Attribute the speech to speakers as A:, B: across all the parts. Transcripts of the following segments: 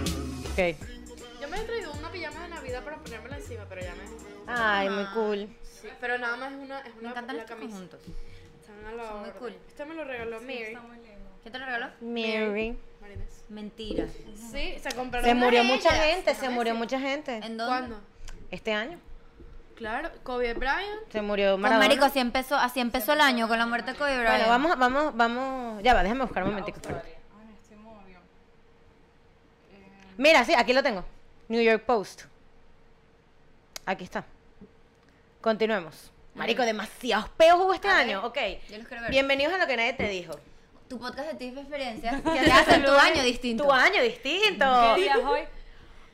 A: Ok.
B: Yo me he traído una pijama de Navidad para ponérmela encima, pero ya me.
A: Ay,
C: Ah,
A: muy cool.
B: Sí, pero nada más es una. Es
C: Me
B: una
C: encantan
B: la
C: estos conjuntos.
B: Está una la
C: Son muy
B: orden.
C: cool.
B: Esta me lo regaló Mary.
C: ¿Quién te lo regaló?
A: Mary.
B: Marines.
C: Mentira.
B: Sí, se compraron.
A: Se
B: una
A: murió
B: de
A: mucha
B: ellas.
A: gente, se
B: Déjame
A: murió
B: decir.
A: mucha gente.
C: ¿En dónde?
B: ¿Cuándo?
A: Este año.
B: Claro, Kobe Bryant.
A: Se murió
C: Pues,
A: Maradona.
C: marico, así empezó, así empezó el año con la muerte de Kobe Bryant.
A: Bueno, vamos, vamos, vamos. Ya va, déjame buscar un momentico. espérate.
D: Ay, me estoy moviendo.
A: Mira, sí, aquí lo tengo. New York Post. Aquí está. Continuemos. Marico, demasiados peos hubo este año. Ok.
C: Yo los quiero ver.
A: Bienvenidos a lo que nadie te dijo.
C: Tu podcast de tus preferencias que hacen tu año distinto.
A: Tu año distinto.
D: ¿Qué día es hoy?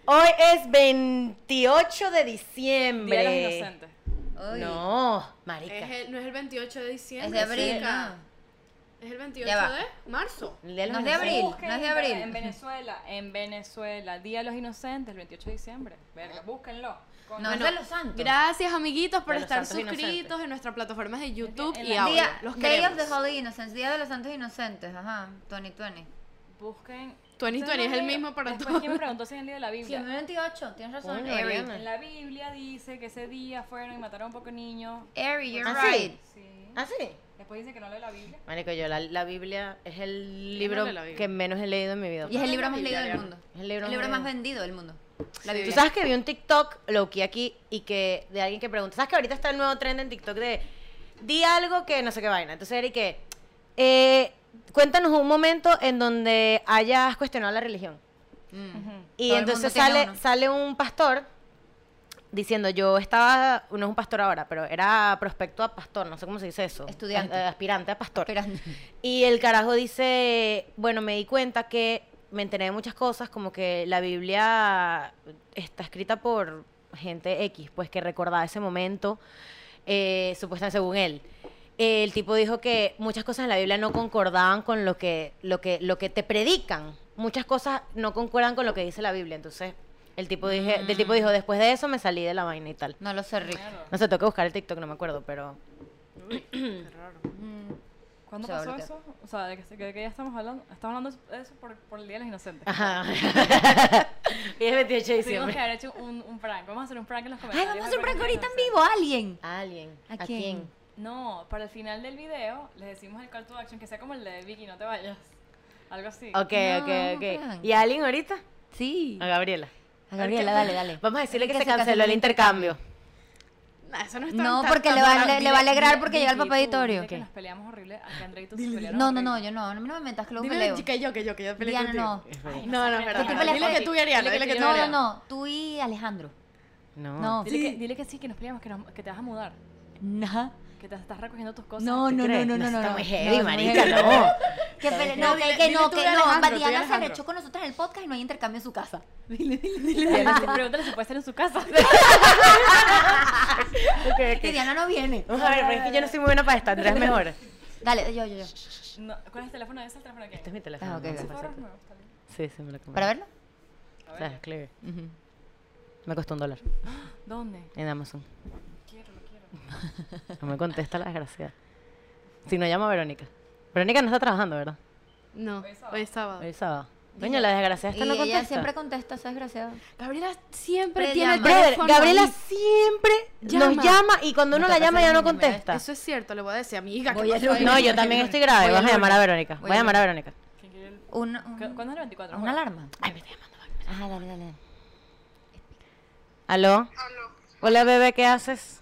A: Hoy es 28 de diciembre.
D: Día de los Inocentes.
C: Uy,
A: No, marica.
B: Es el- no es el 28 de diciembre.
C: Es de abril.
B: chica.
C: no.
B: Es el
C: Ya
B: 28
C: va.
B: de marzo.
A: El Día de los
C: No es de
A: Inocentes.
C: abril.
D: Busquen
C: no es de
D: en-
C: abril.
D: En Venezuela, en Venezuela, Día de los Inocentes, el 28 de diciembre. Verga, búsquenlo. Con-
C: No, es de los santos.
B: Gracias, amiguitos, por
A: De los
B: estar
A: santos
B: suscritos
A: inocentes.
B: en nuestras plataformas de YouTube
D: en
B: y
D: la-
B: audio.
C: Día,
B: Los
C: Day of
B: queremos.
C: the Holy Innocents, Día de los Santos Inocentes, ajá, 2020.
D: Busquen.
B: 2020 es el mismo para
D: Después,
B: todos.
D: ¿quién me preguntó si es el día de la Biblia?
C: 128, tienes razón,
A: Coño,
C: Eri.
A: Ariana.
D: En la Biblia dice que ese día fueron y mataron a pocos niños.
C: Eri, you're
A: ¿Ah, sí?
C: right.
D: Sí.
A: Ah, sí.
D: Después dice que no lee la Biblia.
A: Marico, yo la, la Biblia es el
B: no
A: libro
B: lee la Biblia?
A: que menos he leído en mi vida.
C: Y es el libro más leído del mundo.
A: Es el libro más
C: más
A: leído.
C: vendido del mundo.
B: La
A: Tú
B: Biblia.
A: sabes que vi un TikTok, Loki, aquí, y que de alguien que pregunta, ¿sabes que ahorita está el nuevo trend en TikTok de di algo que no sé qué vaina? Entonces, Eri, que eh, cuéntanos un momento en donde hayas cuestionado la religión.
C: Mm.
A: Y
C: Todo el
A: entonces
C: mundo tiene
A: sale,
C: uno.
A: sale un pastor diciendo, yo estaba, no es un pastor ahora, pero era prospecto a pastor, no sé cómo se dice eso.
C: Estudiante.
A: A- a- aspirante a pastor.
C: Esperando.
A: Y el carajo dice, bueno, me di cuenta que me enteré de muchas cosas, como que la Biblia está escrita por gente X, pues que recordaba ese momento, eh, supuestamente según él. Eh, El tipo dijo que muchas cosas en la Biblia no concordaban con lo que, lo que, lo que te predican. Muchas cosas no concuerdan con lo que dice la Biblia. Entonces, el tipo dije, del tipo dijo, después de eso me salí de la vaina y tal.
C: No lo sé, Rick.
A: No sé, tengo que buscar el TikTok, no me acuerdo, pero
C: Mm.
D: ¿Cuándo
C: Se va a
D: pasó
C: bloquear.
D: eso? O sea, ¿de qué, de qué ya estamos hablando? Estamos hablando de eso por, por el Día de los Inocentes.
A: Ajá. y es 28 de
D: Tuvimos
A: diciembre.
D: que haber hecho un, un prank. Vamos a hacer un prank en
C: Ay,
D: los comentarios.
C: vamos a
D: de
C: hacer un prank
D: por el Día
C: ahorita
D: de
C: en
D: los
C: vivo, alguien.
A: ¿A alguien?
C: ¿A quién?
D: Inocentes. No, para el final del video les decimos el call to action, que sea como el de Vicky, no te vayas. Algo así.
A: Ok,
C: No,
A: ok, ok.
C: Fran.
A: ¿Y a alguien ahorita?
C: Sí.
A: A Gabriela.
C: A Gabriela, dale, dale.
A: Vamos a decirle que,
C: Que
A: se
C: se
A: canceló el intercambio.
B: Nah, eso no es tan-
C: No,
B: tan-
C: porque
B: tan
C: le va,
B: raro.
C: le, le va a alegrar porque llega el
D: Vicky,
C: papá
D: tú,
C: editorio.
D: dile que nos peleamos horrible. A que André y tú se pelearon
C: No, no, no,
D: horrible.
C: yo no. A mí no me metas que luego
B: Dime
C: peleo.
B: que yo, que yo, que yo peleé
C: Diana,
B: contigo.
C: no.
A: Ay,
B: No, no, es verdad.
C: Tú peleas
B: Dile que tú y Ariana, dile que tú y
C: No, no,
B: Ariana.
C: no. Tú y Alejandro.
A: No.
C: No.
D: Dile, que, dile que sí, que nos peleamos, que, nos- que te vas a mudar.
C: Nah.
D: Que te estás recogiendo tus cosas.
C: No,
A: ¿Tú
C: no, no,
A: crees?
C: no, no,
A: Eso
C: no.
A: Está
C: no,
A: muy
C: no,
A: heavy,
C: no,
A: marica,
C: no.
A: no.
C: Que pele- no,
B: Dile-
C: que, que
B: dile
C: no,
B: tú
C: que
B: de
C: no.
B: Alejandro, tú de
C: Diana se
B: Alejandro.
C: arrechó con nosotros en el podcast y no hay intercambio en su casa.
D: Diana, sí, Pregúntale si puede ser en su casa.
A: Ok, ok.
C: Que Diana no viene.
A: Vamos a ver, pero es que yo no soy muy buena para esta. Andrea es mejor. Este
C: Dale, yo, yo, yo.
D: No, ¿Cuál es el teléfono de ese? ¿El teléfono de
A: es
D: quién?
A: mi teléfono.
C: Ah, ok,
A: no
C: ok.
A: sé
D: Por
A: para
D: favor,
A: hacer.
D: no, está bien.
A: Sí, sí, me lo compré.
C: ¿Para verlo?
D: A
A: O
D: ver,
A: sea, es clear. Me costó un dólar
D: ¿Dónde?
A: en Amazon.
D: Quiero, lo quiero.
A: No me contesta la desgraciada. Si no, llamo a Verónica. Verónica no está trabajando, ¿verdad?
B: No, hoy es sábado.
A: Hoy es sábado. Coño, la desgraciada esta
C: y
A: no
C: ella
A: contesta.
C: siempre contesta, esa desgraciada.
B: Gabriela siempre
C: Pero
B: tiene el
C: llama.
A: Brother,
B: teléfono
A: Gabriela
B: ahí.
A: siempre
B: Llama.
A: nos llama y cuando uno
C: Me
A: la
C: toca
A: llama
C: hacer
A: ya no
C: un número.
A: contesta.
B: Eso es cierto, le voy a decir, amiga,
C: Voy
B: ¿qué
C: a
B: pasó
C: lo-
B: ahí?
A: No, yo también estoy grave.
C: Voy al
A: Vas a llamar a
C: lunes.
A: Verónica.
C: Voy
A: Voy a
C: al
A: llamar a Verónica.
D: ¿Quién quiere el-
C: Un, un-
D: ¿Cu- ¿Cuándo es el 24?
C: una alarma.
A: Ay, me está llamando.
C: Ajá, dale, dale.
A: ¿Aló?
E: Aló,
A: Hola, bebé, ¿qué haces?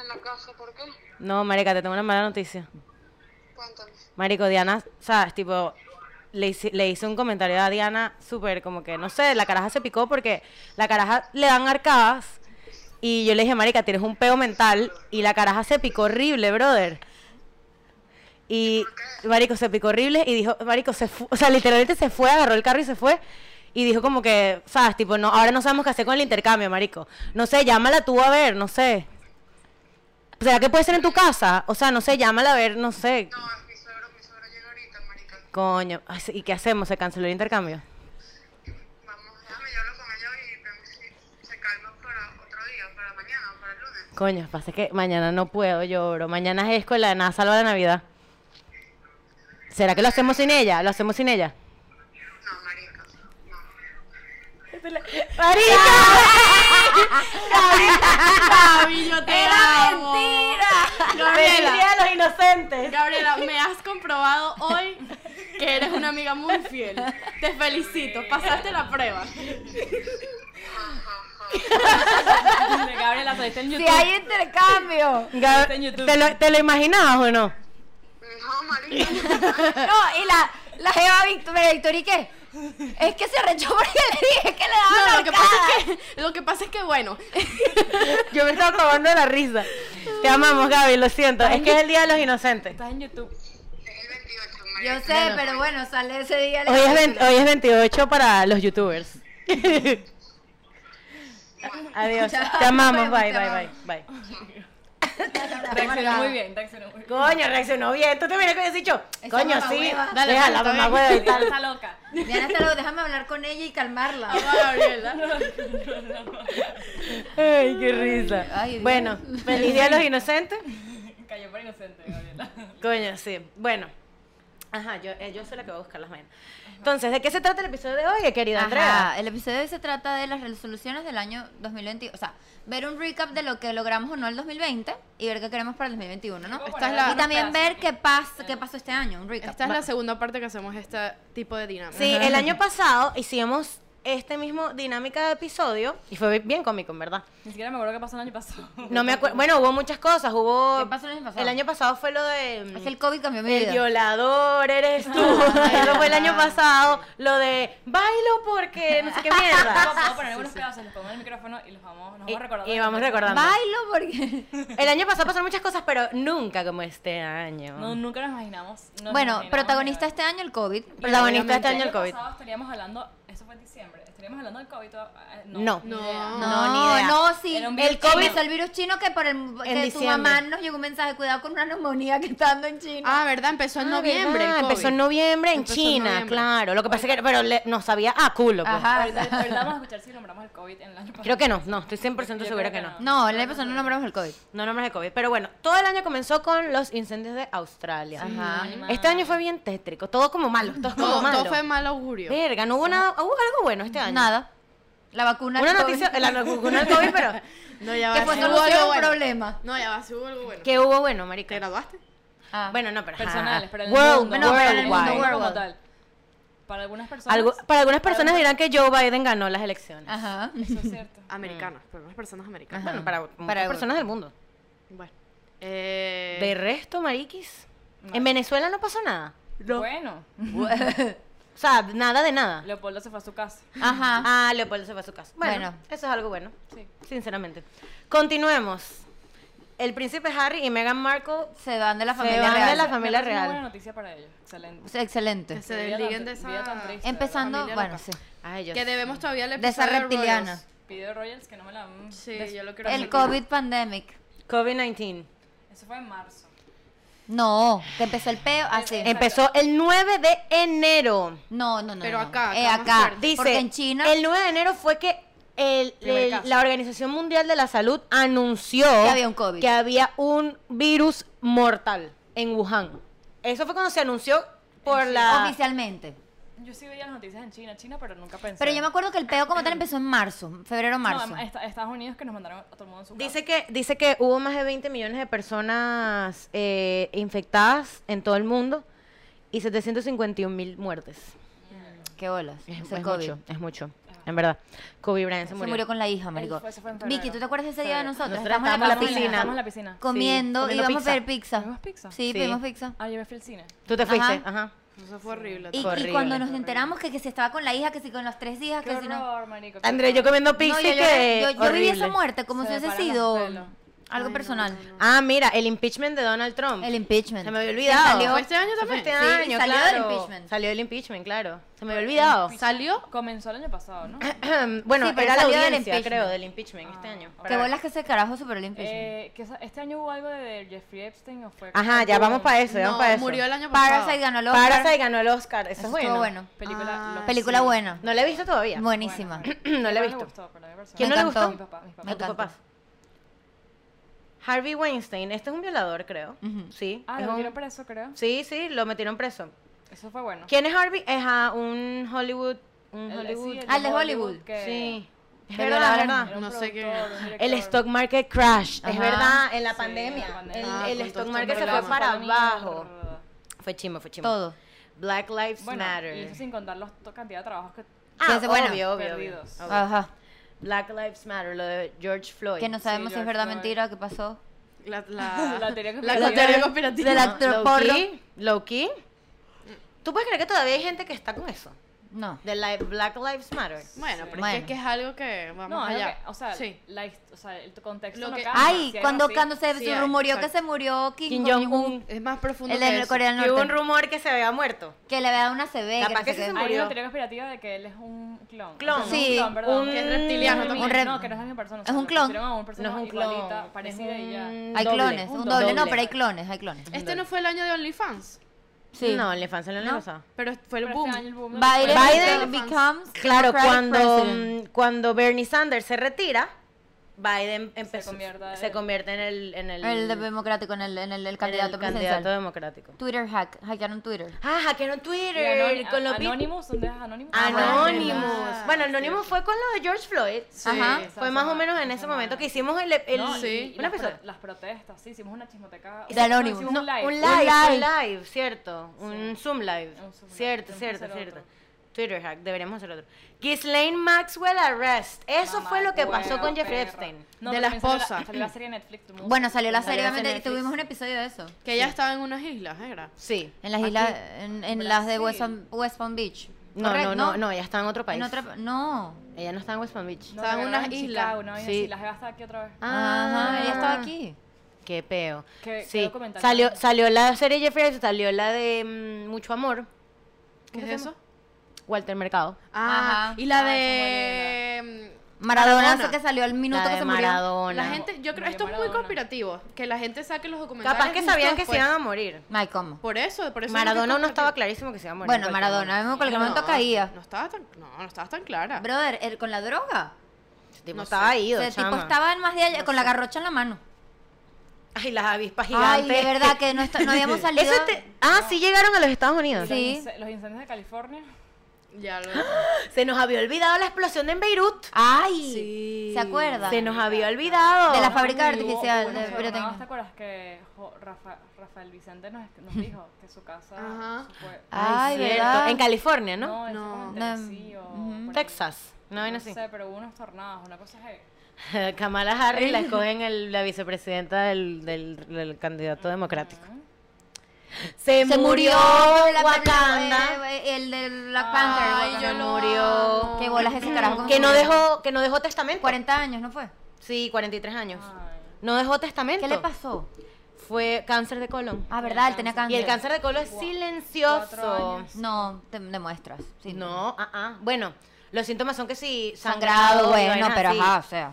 E: en la casa, ¿por qué?
A: No, marica, te tengo una mala noticia.
E: Cuéntame.
A: Marico, Diana, ¿sabes? Tipo, le hice, le hice un comentario a Diana súper como que, no sé, la caraja se picó porque la caraja le dan arcadas y yo le dije, marica, tienes un peo mental y la caraja se picó horrible, brother. Y marico, se picó horrible y dijo, marico, se fu- o sea, literalmente se fue, agarró el carro y se fue. Y dijo como que, ¿sabes? Tipo, no, ahora no sabemos qué hacer con el intercambio, marico. No sé, llámala tú a ver, no sé. ¿Será que puede ser en tu casa? O sea, no sé, llámala a ver, no sé.
E: No, es mi suegro, mi suegro llega ahorita, marica.
A: Coño, ay, sí, ¿y qué hacemos? ¿Se canceló el intercambio?
E: Vamos, déjame yo hablo con ellos y vemos si se calma para otro día, para mañana o para el lunes.
A: Coño, pasa que mañana no puedo, yo, bro. Mañana es escuela de nada, salva de Navidad. ¿Será que lo hacemos sin ella? ¿Lo hacemos sin ella?
E: No, marica, no.
B: Gaby, yo te
C: ¡Era
B: amo.
C: mentira!
D: Ah,
A: ¡Feliz
B: Gabriela,
A: Día de los Inocentes!
B: Gabriela, me has comprobado hoy que eres una amiga muy fiel. Te felicito, pasaste la prueba.
D: Gabriela, saliste en
C: Si
D: YouTube.
C: hay intercambio.
A: Gab-
D: Está en YouTube.
A: ¿te lo, te lo imaginabas o no?
E: No, marica.
C: No, y la, la jeva Victoria, ¿y qué? Es que se rechó porque le dije que le daba
B: No, lo que pasa
C: marcada.
B: es que, lo que pasa es que bueno,
A: Yo me estaba acabando de la risa. Te amamos, Gaby, lo siento. Es que es el Día de los Inocentes.
D: Estás en YouTube.
E: Es el 28, marica.
C: Yo sé, pero bueno, sale ese día. la
A: Hoy es,
C: película.
A: 20 hoy es 28 para los youtubers. Adiós. Te amamos. Bye, bye, bye. bye.
D: Reaccionó muy bien, reaccionó muy bien.
A: Coño, reaccionó bien. Tú te miras que has dicho.
C: Esa
A: Coño,
C: mamá
A: sí.
C: hueva.
A: Dale, Deja la mamá hueva y tal.
D: Está loca.
C: Diana, hasta luego, déjame hablar con ella y calmarla.
A: Ay, qué risa.
C: Ay, Dios.
A: bueno, feliz día a los inocentes.
D: Cayó por inocente, Gabriela.
A: Coño, sí. Bueno. Ajá, yo, eh, yo soy la que voy a buscar las vainas. Entonces, ¿de qué se trata el episodio de hoy, querida
C: Ajá,
A: Andrea?
C: el episodio de hoy se trata de las resoluciones del año 2020, o sea, ver un recap de lo que logramos o no el 2020 y ver qué queremos para el 2021, ¿no?
D: Esta
C: Y
D: es
B: la-
C: también ver qué, pasa, qué pasó este año, un recap.
B: esta es
C: Va.
B: la segunda parte que hacemos este tipo de dinámica.
A: Sí, el año pasado hicimos este mismo dinámica de episodio y fue bien cómico, en verdad.
D: Ni siquiera me acuerdo qué pasó el año pasado.
A: No me acuerdo. Bueno, hubo muchas cosas. Hubo.
C: ¿Qué pasó el año pasado?
A: Oh, El año pasado fue lo de. mm,
C: Es que el COVID cambió mi
A: El
C: vida.
A: violador eres tú. Eso fue el año pasado. Lo de bailo porque no sé qué
D: Puedo
A: mierda.
D: puedo poner unos pedazos, les pongo en el micrófono y los vamos, nos
A: Y,
D: vamos recordando.
A: y vamos recordando.
C: Bailo porque...
A: El año pasado pasaron muchas cosas, pero nunca como este año.
D: No, nunca nos imaginamos. no nos
C: bueno,
D: imaginamos
C: protagonista
D: nada.
C: este año el COVID.
A: Protagonista este año
D: El
A: el COVID.
D: pasado estaríamos hablando, eso fue en diciembre, estaríamos hablando del COVID. to- eh,
A: No.
D: ni idea.
B: No.
A: ni idea.
C: No, sí.
D: Era un virus
C: El COVID
D: chino.
C: es el virus chino que por el que tu
A: diciembre.
C: mamá nos llegó un mensaje, cuidado con una neumonía que está dando en China.
B: Ah, ¿verdad? Empezó en
A: Ah,
B: noviembre.
A: ¿verdad?
B: el COVID.
A: Empezó en noviembre en
B: Empezó en
A: China,
B: noviembre.
A: claro. Lo que pasa es que pero le- no sabía ah, culo. pues.
C: Ajá.
D: Ahorita, ahorita vamos a escuchar si nombramos el COVID en el año pasado.
A: Creo que no, no, estoy 100%
D: Yo
A: segura
D: creo
A: que
D: que
A: no.
D: no.
C: No, la persona no nombramos el COVID.
A: No nombres de COVID. Pero bueno, todo el año comenzó con los incendios de Australia.
C: Ajá.
A: Este año fue bien tétrico, todo como malo, todo como
B: Todo,
A: malo.
B: todo fue mal augurio.
A: Verga, no hubo nada, hubo algo bueno este año.
C: Nada. La vacuna.
A: Una
C: del COVID.
A: noticia, la vacuna del COVID, pero
B: No, ya
C: Que
B: va,
C: fue
B: sí
C: solución a un
B: bueno.
C: problema.
B: No, ya va, sí hubo algo bueno.
A: que hubo bueno,
B: ¿Te
A: marica.
B: graduaste?
C: Ah.
A: Bueno, no, pero ajá.
D: Personales, para el
A: World-
D: mundo.
C: No, para el mundo,
A: worldwide.
C: world.
D: como tal. Para algunas personas.
A: Algo- para algunas personas
D: algunas-
A: dirán que Joe Biden ganó las elecciones.
C: Ajá.
D: Eso es cierto. Ah.
B: Americanas, pero unas personas americanas.
A: Bueno, para, muchas
C: Para-
A: personas del mundo.
B: Bueno. Eh,
A: De resto, mariquis, en Venezuela no pasó nada.
D: Bueno,
A: O sea, nada de nada.
D: Leopoldo se fue a su casa.
C: Ajá.
A: Ah, Leopoldo se fue a su casa. Bueno,
C: Bueno.
A: eso es algo bueno,
D: Sí.
A: sinceramente. Continuemos. El príncipe Harry y Meghan Markle.
C: Se van de la familia
A: van de
C: real.
A: la familia
D: Me parece
A: real.
D: Una buena noticia para ellos. Excelente.
C: Sí, Excelente.
B: que se
D: Vida tan-
B: desliguen de
D: vida tan
B: esa.
D: triste,
C: Empezando,
B: familia
C: bueno,
B: loca.
C: sí.
A: Ay, yo
B: Que debemos todavía el
C: De esa
B: episodio
C: reptiliana.
B: Royals.
D: Pidió Royals que no me la han
B: Sí,
D: des-
B: yo lo creo.
C: El COVID pandemic.
A: COVID-19.
D: Eso fue en marzo.
C: No, que empezó el peo así.
A: Empezó el 9 de enero.
C: No, no, no.
B: Pero
C: no.
B: acá,
C: Eh,
B: acá más
C: acá.
B: fuerte.
A: Dice,
C: Porque en China.
A: el 9 de enero fue que el-
B: Primer
A: el-
B: caso.
A: la Organización Mundial de la Salud anunció
C: Que había un COVID.
A: que había un virus mortal en Wuhan. Eso fue cuando se anunció por la...
C: Oficialmente.
D: Yo sí veía las noticias en China, China, pero nunca pensé.
C: Pero yo me acuerdo que el peo como tal empezó en marzo, febrero
D: No,
C: marzo.
D: em- esta- Estados Unidos que nos mandaron a todo el mundo en su casa.
A: Dice que, dice que hubo más de 20 millones de personas eh, infectadas en todo el mundo y 751 mil muertes.
C: Qué bolas.
A: Es,
C: ese
A: es
C: COVID.
A: mucho, es mucho, en verdad. Kobe Bryant se
C: Se
A: murió.
C: murió con la hija, marico.
D: Él fue- se fue en
C: Vicky,
D: febrero.
C: ¿tú te acuerdas de ese día de
D: Febrero.
C: nosotros?
A: Nosotros
C: estábamos
A: estábamos en
C: en la
A: la
C: piscina.
D: Estábamos en la piscina.
C: Comiendo
A: Sí,
C: y
A: comiendo
C: íbamos a
A: pizza.
C: pedir pizza.
D: ¿Vimos pizza?
C: Sí,
A: Sí.
C: pedimos pizza.
D: Ah, yo me fui al cine.
A: Tú te
C: Ajá.
A: fuiste, ajá.
B: Eso fue horrible.
C: Y, y
A: Horrible.
C: cuando nos enteramos que, que se estaba con la hija, que si con los tres hijas,
D: Qué
C: Ah, que si no.
D: horror, marico. qué
A: André, yo
D: horror.
A: comiendo
C: No,
A: pizza
C: yo,
A: y
C: lloré.
A: que...
C: Yo- yo viví esa
A: horrible.
C: muerte como
D: Se
C: si
D: me
C: hubiese
D: paran los
C: sido
D: pelos.
C: algo
B: Ay, no,
C: personal.
A: Ah, mira, el impeachment de Donald Trump.
C: El impeachment.
A: Se me había
C: Que
A: olvidado.
C: salió-
B: ¿Fue este año
A: Eso fue
B: también?
A: este
C: Sí, y
A: año,
C: salió del
A: claro.
C: impeachment.
A: Salió el impeachment, claro. Se me había olvidado.
B: ¿Salió?
D: Comenzó el año pasado, ¿no?
A: bueno,
C: Sí, pero
A: era la
C: salió del
A: audiencia,
C: impeachment.
A: creo, del impeachment este año.
C: Que bolas que ese carajo superó el impeachment.
D: Eh, que esa- este año hubo algo de Jeffrey Epstein o fue.
A: Ajá, ya vamos para eso, ya
B: No,
A: vamos para eso.
B: murió el año pasado.
C: Parasite ganó el Oscar.
A: Parasite ganó el Oscar, eso,
C: Eso
A: es
C: estuvo
A: bueno.
C: bueno.
D: Película.
B: Ah,
D: loca.
C: Película buena.
A: No la he visto todavía.
C: Buenísima.
A: No la he
D: Me
A: visto.
D: gustó, pero a mí personalmente-
A: ¿Quién
C: Me
A: no le
C: encantó.
A: gustó?
D: Mi papá, mis
A: A
D: papás.
A: tu
C: encantó.
A: papá. Harvey Weinstein, este es un violador, creo.
C: Ujú.
A: Sí.
D: Ah,
A: es
D: lo
A: un-
D: metieron preso, creo.
A: Sí, sí, lo metieron preso.
D: Eso fue bueno.
A: ¿Quién es Harvey? Es ah, un Hollywood un
D: El- sí,
A: Hollywood.
D: el
C: Ah, el de Hollywood.
D: que
A: Sí. Ah, Es
C: que
A: verdad, es
C: violaron.
A: verdad.
D: era un
B: No sé qué.
D: productor, un
A: El
D: director.
A: stock market crash, es
C: Ajá.
A: verdad, en la
D: Sí,
A: pandemia.
D: la pandemia.
A: El-
D: Ah,
A: El,
B: con todo
A: stock
B: este
A: market se fue
B: problema.
A: para
D: Fue la mierda.
A: abajo. Fue chimo, fue chimo.
C: Todo.
A: Black Lives
D: Bueno,
A: Matter.
D: y eso sin contar los to- cantidad de trabajos que
A: Ah,
C: Que se- bueno,
A: obvio, obvio, obvio,
D: perdidos.
A: obvio.
C: Ajá.
A: Black Lives Matter, lo de George Floyd.
C: Que no sabemos si es
D: George
C: verdad
D: Floyd.
C: mentira qué pasó.
B: La, la,
D: La teoría
B: la
D: conspirativa.
B: teoría conspirativa.
C: Del
A: No,
C: actor
A: low
C: porno.
A: key, low key. ¿Tú puedes creer que todavía hay gente que está con eso?
C: No.
A: De li- Black Lives Matter.
B: Bueno, pero es
C: Bueno.
B: que- que es algo que vamos
D: No, es lo
B: allá.
D: que- o sea,
B: sí.
D: la hist- o sea, el tu contexto
B: Lo
D: no
B: que-
D: cambia.
C: Ay,
D: si hay
C: cuando,
D: algo así.
C: cuando se
B: Sí,
C: se
B: hay,
C: rumoreó que
B: exacto.
C: se murió Kim
A: Kim
C: Jong-un,
A: Jong-un.
B: Es más profundo
C: el
B: que
C: de
B: eso.
C: Corea del
A: Y hubo un
C: Norte,
A: rumor que se había muerto.
C: que le da una CB,
A: Capaz
C: que
A: que se
C: no sé
D: Hay
A: murió.
D: una teoría conspirativa de que él es un clon.
A: Clon.
D: O sea, no
C: Sí,
D: un clon, perdón.
A: un-
D: Que
A: Que
D: es
A: es
B: reptiliano,
D: un
B: ¿no?
D: mismo-
C: Un rep-
D: No, que no es la misma persona. o
C: Es
D: sea,
C: un
D: le
C: clon.
D: pusieron a una persona
A: No es un clon.
D: igualita,
A: es
D: parecida y ya.
A: un
C: qué. Hay
A: doble, Eh,
C: clones, un doble. No, pero hay clones, hay clones.
B: Este no fue el año de OnlyFans,
C: Sí.
A: No, el infancia no le
C: No.
A: pasaba.
B: pero fue el
D: Pero
B: boom.
D: este año el boom de los
C: Biden,
D: clones.
B: Biden
C: becomes
A: Claro,
C: Democratic
A: cuando,
C: president.
A: mm, cuando Bernie Sanders se retira, Biden empezó-
D: convierta
A: se
D: en-
A: convierte en el, en el,
C: el de-
A: en el
C: democrático en el, en el, el candidato presidencial.
A: candidato democrático.
C: Twitter hack, hackearon Twitter.
A: Ah, hackearon
D: Y Anoni-
A: Twitter
D: a-
A: con los bit-
D: Anonymous, ¿dónde es Anonymous?
A: Anonymous. Bueno, Anonymous fue con lo de George Floyd.
C: Ajá.
D: Esa
A: Fue más o
D: semana,
A: menos en
D: esa
A: ese
D: semana.
A: momento que hicimos el, el
D: No, y-
B: Sí.
D: y
A: una
D: las, pro-
A: episodio.
D: las protestas, sí, hicimos una chismoteca.
C: De
D: no,
C: Anonymous.
D: hicimos
A: No,
D: un live.
A: un live,
C: live.
A: un live, cierto, un Zoom live,
D: Un Zoom live,
A: cierto,
D: tenemos que
A: cierto,
D: hacer
A: cierto.
D: otro.
A: Twitter hack, deberíamos hacer otro. Ghislaine Maxwell arrest. Eso
D: Mamá
A: fue lo que
D: huevo,
A: pasó con Jeffrey
D: perra.
A: Epstein.
D: No,
B: De la
D: pero también salió
B: esposa.
D: Salió la serie de Netflix. Tú-
C: Bueno, salió la
A: Salió
C: serie,
A: la serie
C: obviamente,
A: en
C: tuvimos un
A: Netflix.
C: episodio de eso.
B: Que ella estaba en unas islas, ¿eh? ¿era?
A: ¿Ah, Sí.
C: En las islas, en, en las de West Palm, West Palm Beach.
A: No,
C: Correcto,
A: no, no, no, ella está en otro país.
C: En otra, no.
A: Ella no está en West Palm Beach.
D: No,
B: Estaban
D: la
B: en
D: grabaron
B: unas
D: en
B: islas.
D: Chicago, una vaina
A: Sí.
D: así, La jeva está aquí otra vez.
C: Ah, Ajá, ella estaba aquí.
A: Qué peo.
D: Qué- qué
A: sí.
D: documental.
A: Salió, salió la serie Jeffrey Epstein, salió la de mm, Mucho Amor,
B: ¿Qué es eso?
A: Walter Mercado.
B: Ah,
C: Ajá.
B: y la mm,
D: Ah,
B: de...
C: Maradona,
B: Maradona.
C: esa que salió al minuto
A: la
C: que
A: de
C: se murió.
A: Maradona.
B: La gente, yo creo,
D: María
B: esto es muy
D: Maradona.
B: conspirativo, que la gente saque los documentales.
A: Capaz que
B: justo
A: sabían que se
B: después.
A: iban a morir.
C: Ay, ¿cómo?
B: Por eso, por eso.
A: Maradona no estaba
B: clara.
A: clarísimo que se iba a morir.
C: Bueno,
A: en cualquier
C: Maradona,
A: momento.
C: a mí en cualquier momento caía.
B: No estaba tan, no, no estaba tan clara.
C: Brother, él con la droga.
A: Ese este tipo
B: no
A: estaba
B: sé.
A: ido,
C: Ese tipo
A: chama.
C: estaba más de allá, con la garrocha en la mano.
A: Ay, las avispas
C: Ay,
A: gigantes.
C: de verdad que no, está- no habíamos salido.
A: Eso te- Ah, sí llegaron a los Estados Unidos.
D: Los
C: Sí.
D: ince- Los incendios de California.
B: Ya lo...
A: Se nos había olvidado la explosión en Beirut.
C: Ay,
B: Sí.
C: ¿se acuerdan?
A: Se nos había olvidado.
C: De la fábrica
D: Hubo- hubo
C: artificial
D: unos
C: de
D: jornadas, ¿Te
C: pirotecnia.
D: acuerdas que jo- Rafa- Rafael Vicente nos, nos dijo que su casa
B: Ajá.
D: se fue-
C: Ay,
A: cierto.
C: ¿verdad?
A: En California, ¿no?
D: No,
B: No.
D: no.
C: No, ujú.
A: Texas. No,
D: No,
A: vaina
D: no
A: así.
D: sé, pero hubo unos tornados, una cosa es...
A: Kamala Harris la escogen el- la vicepresidenta del, del- del candidato democrático. Se,
C: Se murió
A: murió
C: Black-
A: Wakanda.
C: eh, eh, el de Black Panther.
B: Ay,
C: Wakanda.
B: yo lo
A: murió.
B: amo.
C: Qué bolas ese carajo. cómo
A: Que
C: se
A: no
C: murió.
A: dejó, que no dejó testamento.
C: 40 años, ¿no fue?
A: Sí, 43 años.
D: Ay.
A: No dejó testamento.
C: Ah. ¿Qué le pasó?
A: Fue cáncer de colon.
C: Ah, ¿verdad? Él tenía
A: y
C: cáncer.
A: el cáncer de colon es
D: cuatro
A: silencioso.
D: años.
C: No, te demuestras. sí.
A: No, ah, ah. Bueno, los síntomas son que sí,
C: Sangrado,
A: sangrado,
C: bueno,
A: vainas
C: pero
A: así.
C: ajá, o sea.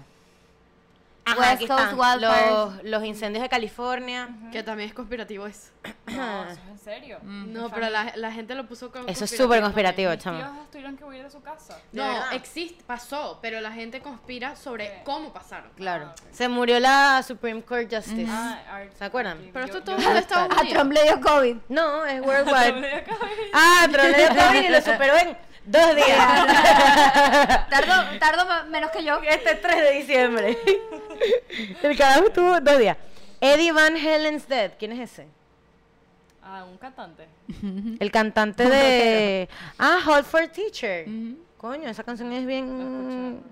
A: Ajá,
C: West
A: aquí
C: Coast
A: están
C: wildfires.
A: los, los incendios de California.
B: Que también es conspirativo eso.
D: No, eso es en serio.
B: No, pero la, la gente lo puso como
A: Eso es súper conspirativo,
D: Mis
A: chama.
D: tíos tuvieron que huir de su casa.
A: De
B: No,
A: verdad.
B: existe, pasó, pero la gente conspira sobre cómo pasaron.
C: Claro.
A: Se murió la Supreme Court Justice.
D: Ah, ar-
A: ¿Se acuerdan?
D: aquí,
B: Pero
D: yo-
B: esto todo
D: yo-
B: es de Estados
C: A
B: Unidos.
C: Trump le dio COVID.
A: No, es
D: yo me
A: worldwide.
D: acabé.
A: ah, troleo COVID y lo superó en dos días.
C: Tardo, tardo ma- menos que yo.
A: este 3 de diciembre. El carajo estuvo dos días. Eddie Van Halen's Dead. ¿Quién es ese?
D: Ah, un cantante.
A: El cantante de. Ah, Hold for Teacher. Coño, esa canción es bien.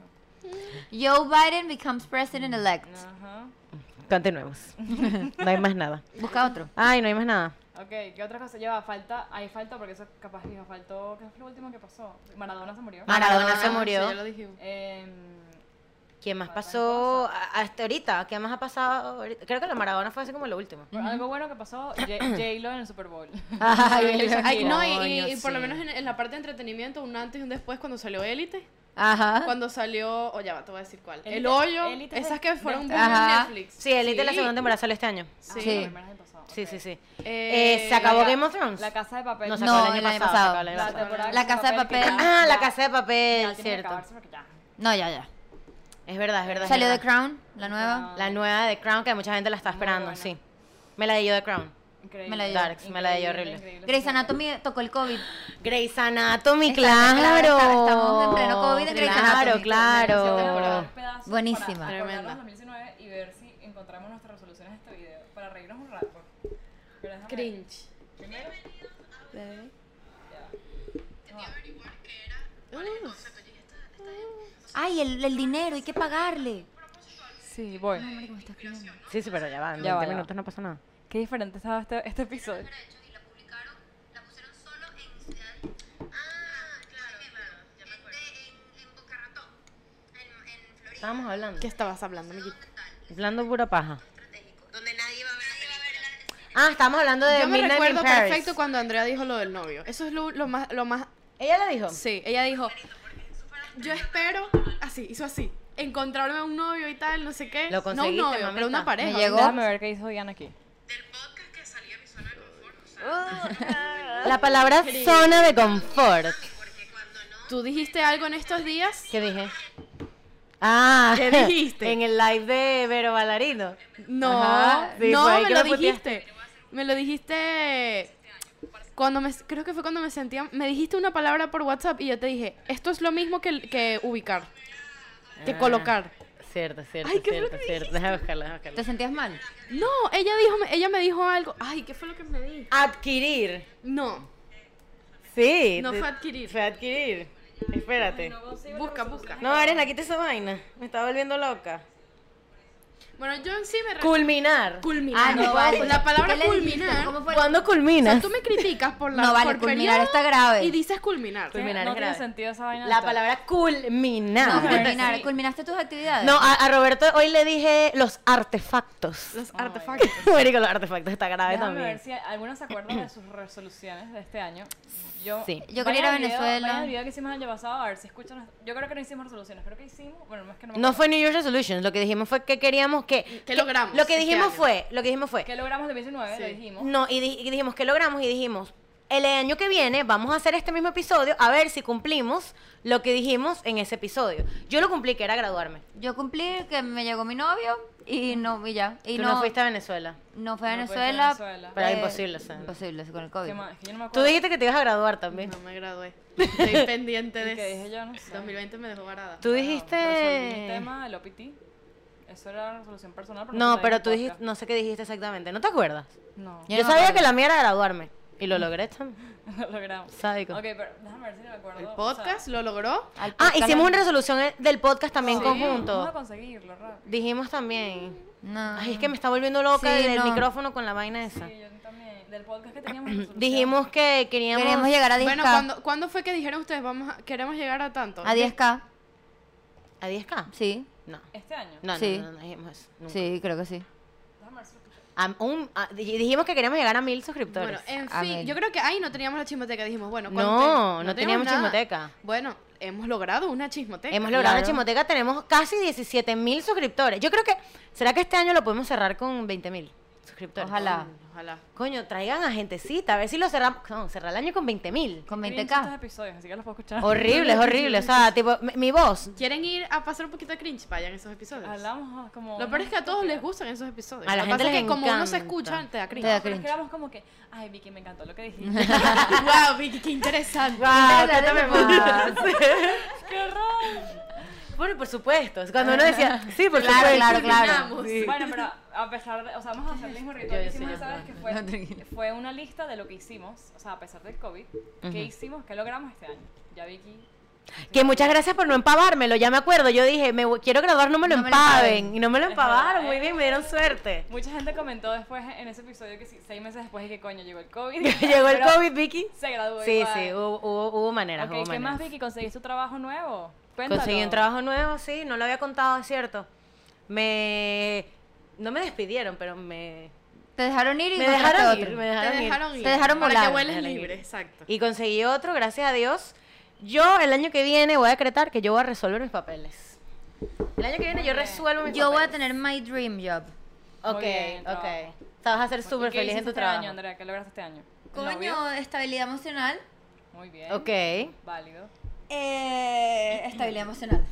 C: Joe Biden becomes president elect.
D: Ajá.
A: Continuemos. No hay más nada.
C: Busca otro.
A: Ay, no hay más nada.
D: Ok, ¿qué otra cosa lleva? Falta, hay falta, porque eso capaz dijo, faltó, ¿qué fue lo último que pasó? Maradona se murió.
A: Maradona se
B: Ah,
A: murió.
B: sí, ya lo dijimos.
D: Em,
A: ¿Quién más pasó a- hasta ahorita? ¿Qué más ha pasado ahorita? Creo que la Maradona fue así como lo último.
D: bueno, algo bueno que pasó, J- J-Lo en el Super Bowl.
B: Ay, no, y, y-
A: Coño,
B: y por lo
A: sí.
B: menos en, en la parte de entretenimiento, un antes y un después cuando salió Élite.
C: Ajá.
B: Cuando salió, o ya va, te voy a decir cuál. El
D: Élite-
B: Hoyo,
D: Élite es
B: esas
D: de-
B: que
D: de
B: fueron
D: este
B: boom
C: año.
B: en Netflix.
A: Sí, el de la
B: Sí.
A: segunda temporada sale este año.
D: Ah,
B: Sí.
D: la primera del pasado,
A: Sí,
D: ok.
A: sí, sí.
B: Eh,
A: Eh, ¿Se acabó
D: la-
A: Game of Thrones?
D: La casa de papel.
A: No, se
C: No,
A: acabó el
C: el año
A: año pasado. se
C: pasado.
A: acabó el año
D: la
A: pasado.
D: temporada
C: La
D: de
C: Casa de
D: que
C: Papel.
D: ya-
A: Ah, la
D: ya-
A: casa de
D: ya
A: papel,
D: tiene que
A: cierto.
D: acabarse porque ya.
C: No, ya, ya.
A: Es verdad, es verdad. es
C: Salió
A: verdad.
C: The Crown, la nueva.
A: La nueva de Crown que mucha gente la está esperando,
D: buena.
A: sí. Me la di yo de Crown.
D: Increíble.
C: Me la dio.
A: Darks, me la dio
D: increíble,
A: horrible.
D: increíble.
C: Grey's Anatomy tocó el COVID.
A: Grey's Anatomy,
C: Está- claro,
A: claro.
C: está- estamos en pleno COVID en Grey's
A: Claro,
C: Anatomy.
D: Tenemos que
A: claro.
D: guardar pedazos
C: Buenísima.
D: para acordarnos
B: Tremenda.
D: 2019 y ver si encontramos nuestras resoluciones de este video para reírnos un rato. Pero déjame-
B: Cringe.
D: primero,
C: Ay, el, el dinero, hay que pagarle.
D: Sí, voy.
C: Hombre, ¿cómo está escribiendo?
A: Sí, sí, pero ya van.
D: Ya
A: 20
D: va, ya va.
A: minutos no pasa nada.
D: Qué diferente estaba este, este episodio.
E: y la publicaron, la pusieron solo en Ciudad. Ah, claro, claro, ya me acuerdo. En, en Boca Ratón, en, en Florida.
A: Estábamos hablando.
B: ¿Qué estabas hablando, Miki?
A: Hablando pura paja.
E: Estratégico, donde nadie va a ver la película.
A: Ah, estábamos hablando de
B: Yo me
A: Midnight in
B: recuerdo
A: Paris.
B: perfecto cuando Andrea dijo lo del novio. Eso es lo, lo más, lo más.
A: ¿Ella lo dijo?
B: Sí, ella dijo. Yo espero, así, hizo así, encontrarme un novio y tal, no sé qué.
A: Lo
B: no un
A: conseguiste,
B: novio, pero
A: mamita.
B: una pareja.
C: Me llegó.
D: Déjame ver qué hizo Diana aquí.
E: Del podcast que salía mi zona de confort, o sea,
A: La palabra zona de confort.
E: porque cuando no,
B: Tú dijiste algo en estos días.
A: ¿Qué dije? Ah,
B: ¿Qué dijiste?
A: En el live de Vero Ballarino.
B: No,
A: Ajá, sí,
B: no,
A: fue ahí
B: me
A: que
B: lo
A: me puteaste.
B: dijiste. Me lo dijiste cuando me creo que fue cuando me sentía me dijiste una palabra por WhatsApp y yo te dije, esto es lo mismo que, que ubicar, que
A: Ah.
B: colocar.
A: Cierto, cierto,
B: Ay, ¿qué fue lo
A: cierto,
B: que
A: cierto. Déjame buscarlo, déjame buscarlo.
C: ¿Te sentías mal?
B: No, ella dijo, ella me dijo algo. Ay, ¿qué fue lo que me dijo?
A: Adquirir.
B: No,
A: Sí.
B: no
A: te-
B: fue adquirir.
A: Fue adquirir. Espérate.
B: Busca, busca.
A: No, Arena, quita esa vaina. Me está volviendo loca.
B: Bueno, yo en sí me re-
A: Culminar.
B: culminar.
C: no, vale.
B: La palabra
C: ¿Qué le dijiste?
B: culminar.
C: ¿Cómo fue?
A: ¿Cuándo
B: o sea,
A: culminas?
B: tú me criticas por la
C: No vale,
B: por
C: culminar está grave.
B: Y dices culminar.
A: Culminar.
D: no
A: es
D: tiene
A: grave.
D: sentido esa vaina.
A: La
D: de-
A: palabra
C: No,
A: culminar.
D: Ajá.
C: culminar.
D: Sí.
C: ¿Culminaste tus actividades?
A: No, a, a Roberto hoy le dije los artefactos.
B: Los artefactos.
A: Marico, los artefactos está grave
D: Déjame
A: también.
D: ver si algunos se acuerdan de sus resoluciones de este año. Yo,
A: Sí.
C: Yo
D: vayan
C: quería ir a
D: al video-
C: Venezuela.
D: vayan al video que hicimos el año pasado, a ver si escuchan. nuestra- Yo creo que no hicimos resoluciones, creo que hicimos. Bueno, no es que no. me
A: No
D: acuerdo.
A: fue New Year's Resolutions, lo que dijimos fue que queríamos que... que-
B: logramos
A: Lo que
B: este
A: dijimos
B: año?
A: fue, lo que dijimos fue...
D: ¿Qué logramos de 2019? Lo
B: Sí.
D: dijimos.
A: No, y, di- y dijimos que logramos y dijimos, el año que viene vamos a hacer este mismo episodio a ver si cumplimos lo que dijimos en ese episodio. Yo lo cumplí, que era graduarme.
C: Yo cumplí que me llegó mi novio y no, y ya. Y
A: Tú no, fuiste a Venezuela.
C: No fue a
D: No fuiste a
C: Venezuela. eh,
D: Venezuela.
A: Pero imposible, o sea, no.
C: Imposible, sí, con el COVID.
D: ¿Qué más? Es que yo no me
A: Tú
D: acuerdo.
A: dijiste que te ibas a graduar también.
B: No me gradué. Estoy pendiente de
D: ¿Y qué dije yo? No sé.
B: 2020 me dejó varada.
A: Tú
D: Bueno, resolví mi
A: dijiste...
D: tema del OPT. Eso era una resolución personal. no
A: No,
D: la
A: pero
D: dije
A: tú
D: en
A: dijiste,
D: podcast.
A: no sé qué dijiste exactamente, ¿no te acuerdas?
D: No,
A: Yo,
C: Yo no me
A: sabía
C: acuerdo.
A: que la mía era graduarme y lo logré también.
D: lo logramos.
A: Sádico.
D: Ok, pero déjame ver si me acuerdo.
B: El
D: o sea,
B: podcast lo logró.
C: Al
A: Ah,
C: podcast-
A: hicimos una resolución eh, del podcast también en
D: sí, Vamos
A: conjunto.
D: a conseguirlo, rápido.
A: Dijimos también.
C: No.
A: Ay, es que me está volviendo loca
C: Ah. Sí,
A: el
C: no.
A: micrófono con la vaina esa.
D: Sí, yo también. Del podcast que teníamos. resolución.
A: Dijimos que queríamos...
C: Queremos llegar a 10K.
B: Bueno, ¿cuándo, ¿cuándo fue que dijeron ustedes vamos a- queremos llegar a tanto?
C: A 10K.
A: ¿A 10K?
C: Sí.
A: No.
D: Este año.
A: No,
C: Sí.
A: no, no, no dijimos eso. nunca.
C: Sí, creo que sí.
D: Déjame ver si lo escuché.
A: A un- a- di- dijimos que queríamos llegar a mil
B: Bueno,
A: suscriptores.
B: en
C: A
B: fin,
C: ver.
B: yo creo que ahí no teníamos la chismoteca, dijimos, bueno,
A: No,
B: cuando te-
A: no teníamos
B: nada.
A: chismoteca.
B: Bueno, hemos logrado una chismoteca.
A: Hemos logrado
C: claro.
A: una chismoteca, tenemos casi 17 mil suscriptores. Yo creo que, ¿será que este año lo podemos cerrar con 20 mil suscriptores?
C: Ojalá.
B: Ojalá.
A: Coño, traigan a gentecita, a ver si lo cerramos. No, cerrar el año con 20 mil.
C: Con
D: Cringe estos
C: 20K.
D: episodios, así que los puedo escuchar.
A: Horrible, es horrible. O sea, tipo, mi, mi voz.
B: ¿Quieren ir a pasar un poquito de cringe? Vayan esos episodios.
D: Hablamos ah, como.
B: Lo peor es que a todos les gustan esos episodios.
A: A la
B: Lo que pasa
A: gente les
B: es que como uno se
A: encanta.
B: escucha, te da cringe.
C: Te da
D: Pero
C: cringe.
D: es que éramos como que. Ay, Vicky, me encantó lo que dijiste.
B: wow, Vicky, qué interesante.
A: Guau,
C: Dale, dale,
A: cuéntame
C: dale.
A: más.
D: ¡Qué horror!
A: Bueno, por supuesto. Es Cuando uno decía, sí, por
C: Claro,
A: supuesto.
C: claro, claro.
A: Sí.
D: Bueno, pero a pesar de, o sea, vamos a hacer el mismo ritual que hicimos, ¿sabes? Que
C: No,
D: fue,
C: tranquila.
D: fue una lista de lo que hicimos, o sea, a pesar del COVID, qué hicimos, qué logramos este año. Ya Vicky,
A: Que muchas gracias por no empavármelo, ya me acuerdo. Yo dije, me voy- quiero graduar, no me lo
C: No me lo
A: empaven.
C: empaven.
A: Y no me lo
D: Es
A: empavaron,
D: verdad,
A: muy bien, me dieron suerte.
D: mucha gente comentó después en ese episodio que sí, seis meses después de que coño llegó el COVID.
A: Llegó el
D: Pero
A: COVID, Vicky.
D: Se graduó.
A: Sí,
D: igual.
A: sí, hubo, hubo, hubo maneras.
D: Ok,
A: hubo
D: ¿qué
A: maneras.
D: más Vicky? ¿Conseguiste un trabajo nuevo? Cuéntalo.
A: Conseguí un trabajo nuevo, sí, no lo había contado, es cierto. Me. No me despidieron, pero me.
C: Te dejaron ir y
A: Me
C: encontraste
A: dejaron
C: otro.
A: ir, me dejaron,
B: Te
A: ir.
B: dejaron ir.
C: Te dejaron
B: Para
C: volar,
B: que vueles
A: dejaron ir.
B: libre, exacto.
A: Y conseguí otro, gracias a Dios. Yo el año que viene voy a decretar que yo voy a resolver mis papeles. El año que viene yo resuelvo mis
C: Yo voy a
A: papeles.
C: tener my dream job.
A: Ok,
D: Muy bien,
A: ok.
D: trabajo.
A: O sea, vas a ser
D: ¿Y
A: súper
D: qué
A: feliz
D: hiciste
A: en tu
D: este
A: trabajo.
D: año, Andrea? ¿Qué lograste este año? ¿Novio?
C: Coño, estabilidad emocional.
D: Muy bien.
A: Ok.
D: Válido.
C: Eh, estabilidad emocional.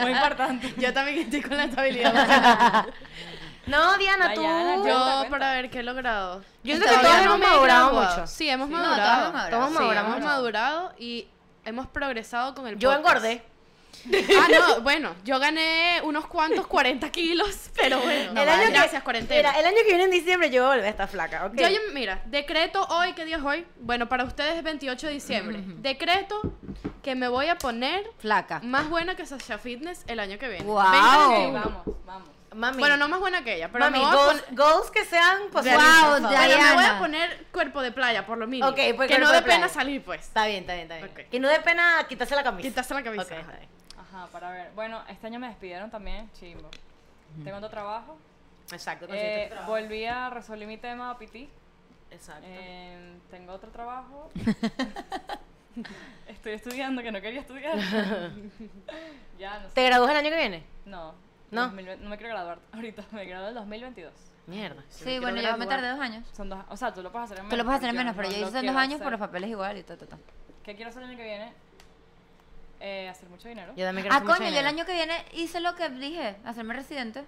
D: Muy importante.
B: Yo también estoy con la estabilidad.
A: No, Diana, tú.
D: Diana,
A: yo,
D: cuenta,
B: Yo,
D: cuenta.
B: para ver qué he logrado.
A: siento que
C: Todavía
A: todos
B: no
A: hemos
B: me he
A: madurado
B: graduado.
A: mucho.
B: Sí, hemos
C: No,
B: madurado.
C: todos hemos
B: Todos
A: madurado. Sí,
B: hemos
A: hemos
B: madurado y hemos progresado con el
A: Yo
B: podcast.
A: engordé.
B: Ah, no, bueno, yo gané unos cuantos 40 kilos, pero bueno.
A: el año que-
B: gracias, cuarentena.
A: Mira, el año que viene en diciembre yo voy a volver a estar flaca, ¿ok?
B: Yo, yo- mira, decreto hoy, ¿qué día es hoy? Bueno, para ustedes es 28 de diciembre. Decreto que me voy a poner
C: Flaca.
B: más buena que Sasha Fitness el año que viene.
C: Wow.
B: 20 de
D: Ok,
B: junio.
D: vamos, vamos.
A: Mami.
B: Bueno, no pues- más buena que ella, pero
A: mami,
B: me voy a
A: goals,
B: poner-
A: goals que sean posibles.
C: Wow,
A: por favor.
B: bueno,
C: ya-
B: me voy a
C: Diana.
B: poner cuerpo de playa, por lo mínimo.
A: Ok, pues,
B: que
A: cuerpo
B: no
A: de
B: dé pena
A: playa.
B: salir, pues.
A: Está bien, está bien, está bien.
B: Ok.
A: Que no dé pena quitarse la camisa.
B: Quitarse la camisa.
A: Ok,
B: ajá.
A: está bien.
D: Ajá, para ver. Bueno, este año me despidieron también, chimbo. Tengo otro trabajo.
A: Exacto,
D: Eh,
A: conseguiste tu trabajo.
D: volví a resolver mi tema a PT.
A: Exacto.
D: Eh, tengo otro trabajo. Estoy estudiando, que no quería estudiar. ya, no sé.
A: ¿Te gradúas el año que viene?
D: No.
A: ¿No?
D: 2020 no me quiero graduar ahorita. Me gradué en 2022.
A: Mierda.
C: Sí, bueno, yo me tardé dos años.
D: Son dos, o sea, tú lo puedes hacer en menos.
C: Tú lo puedes hacer en
D: porque
C: menos, pero
D: no
C: yo
D: lo
C: hice en dos
D: quiero
C: años
D: hacer.
C: por los papeles igual y ta, ta, ta.
D: ¿Qué quiero hacer el año que viene? Eh, hacer mucho dinero.
A: Yo también quiero
C: Ah,
A: hacer mucho
C: coño, yo el
A: dinero.
C: año que viene hice lo que dije, hacerme residente.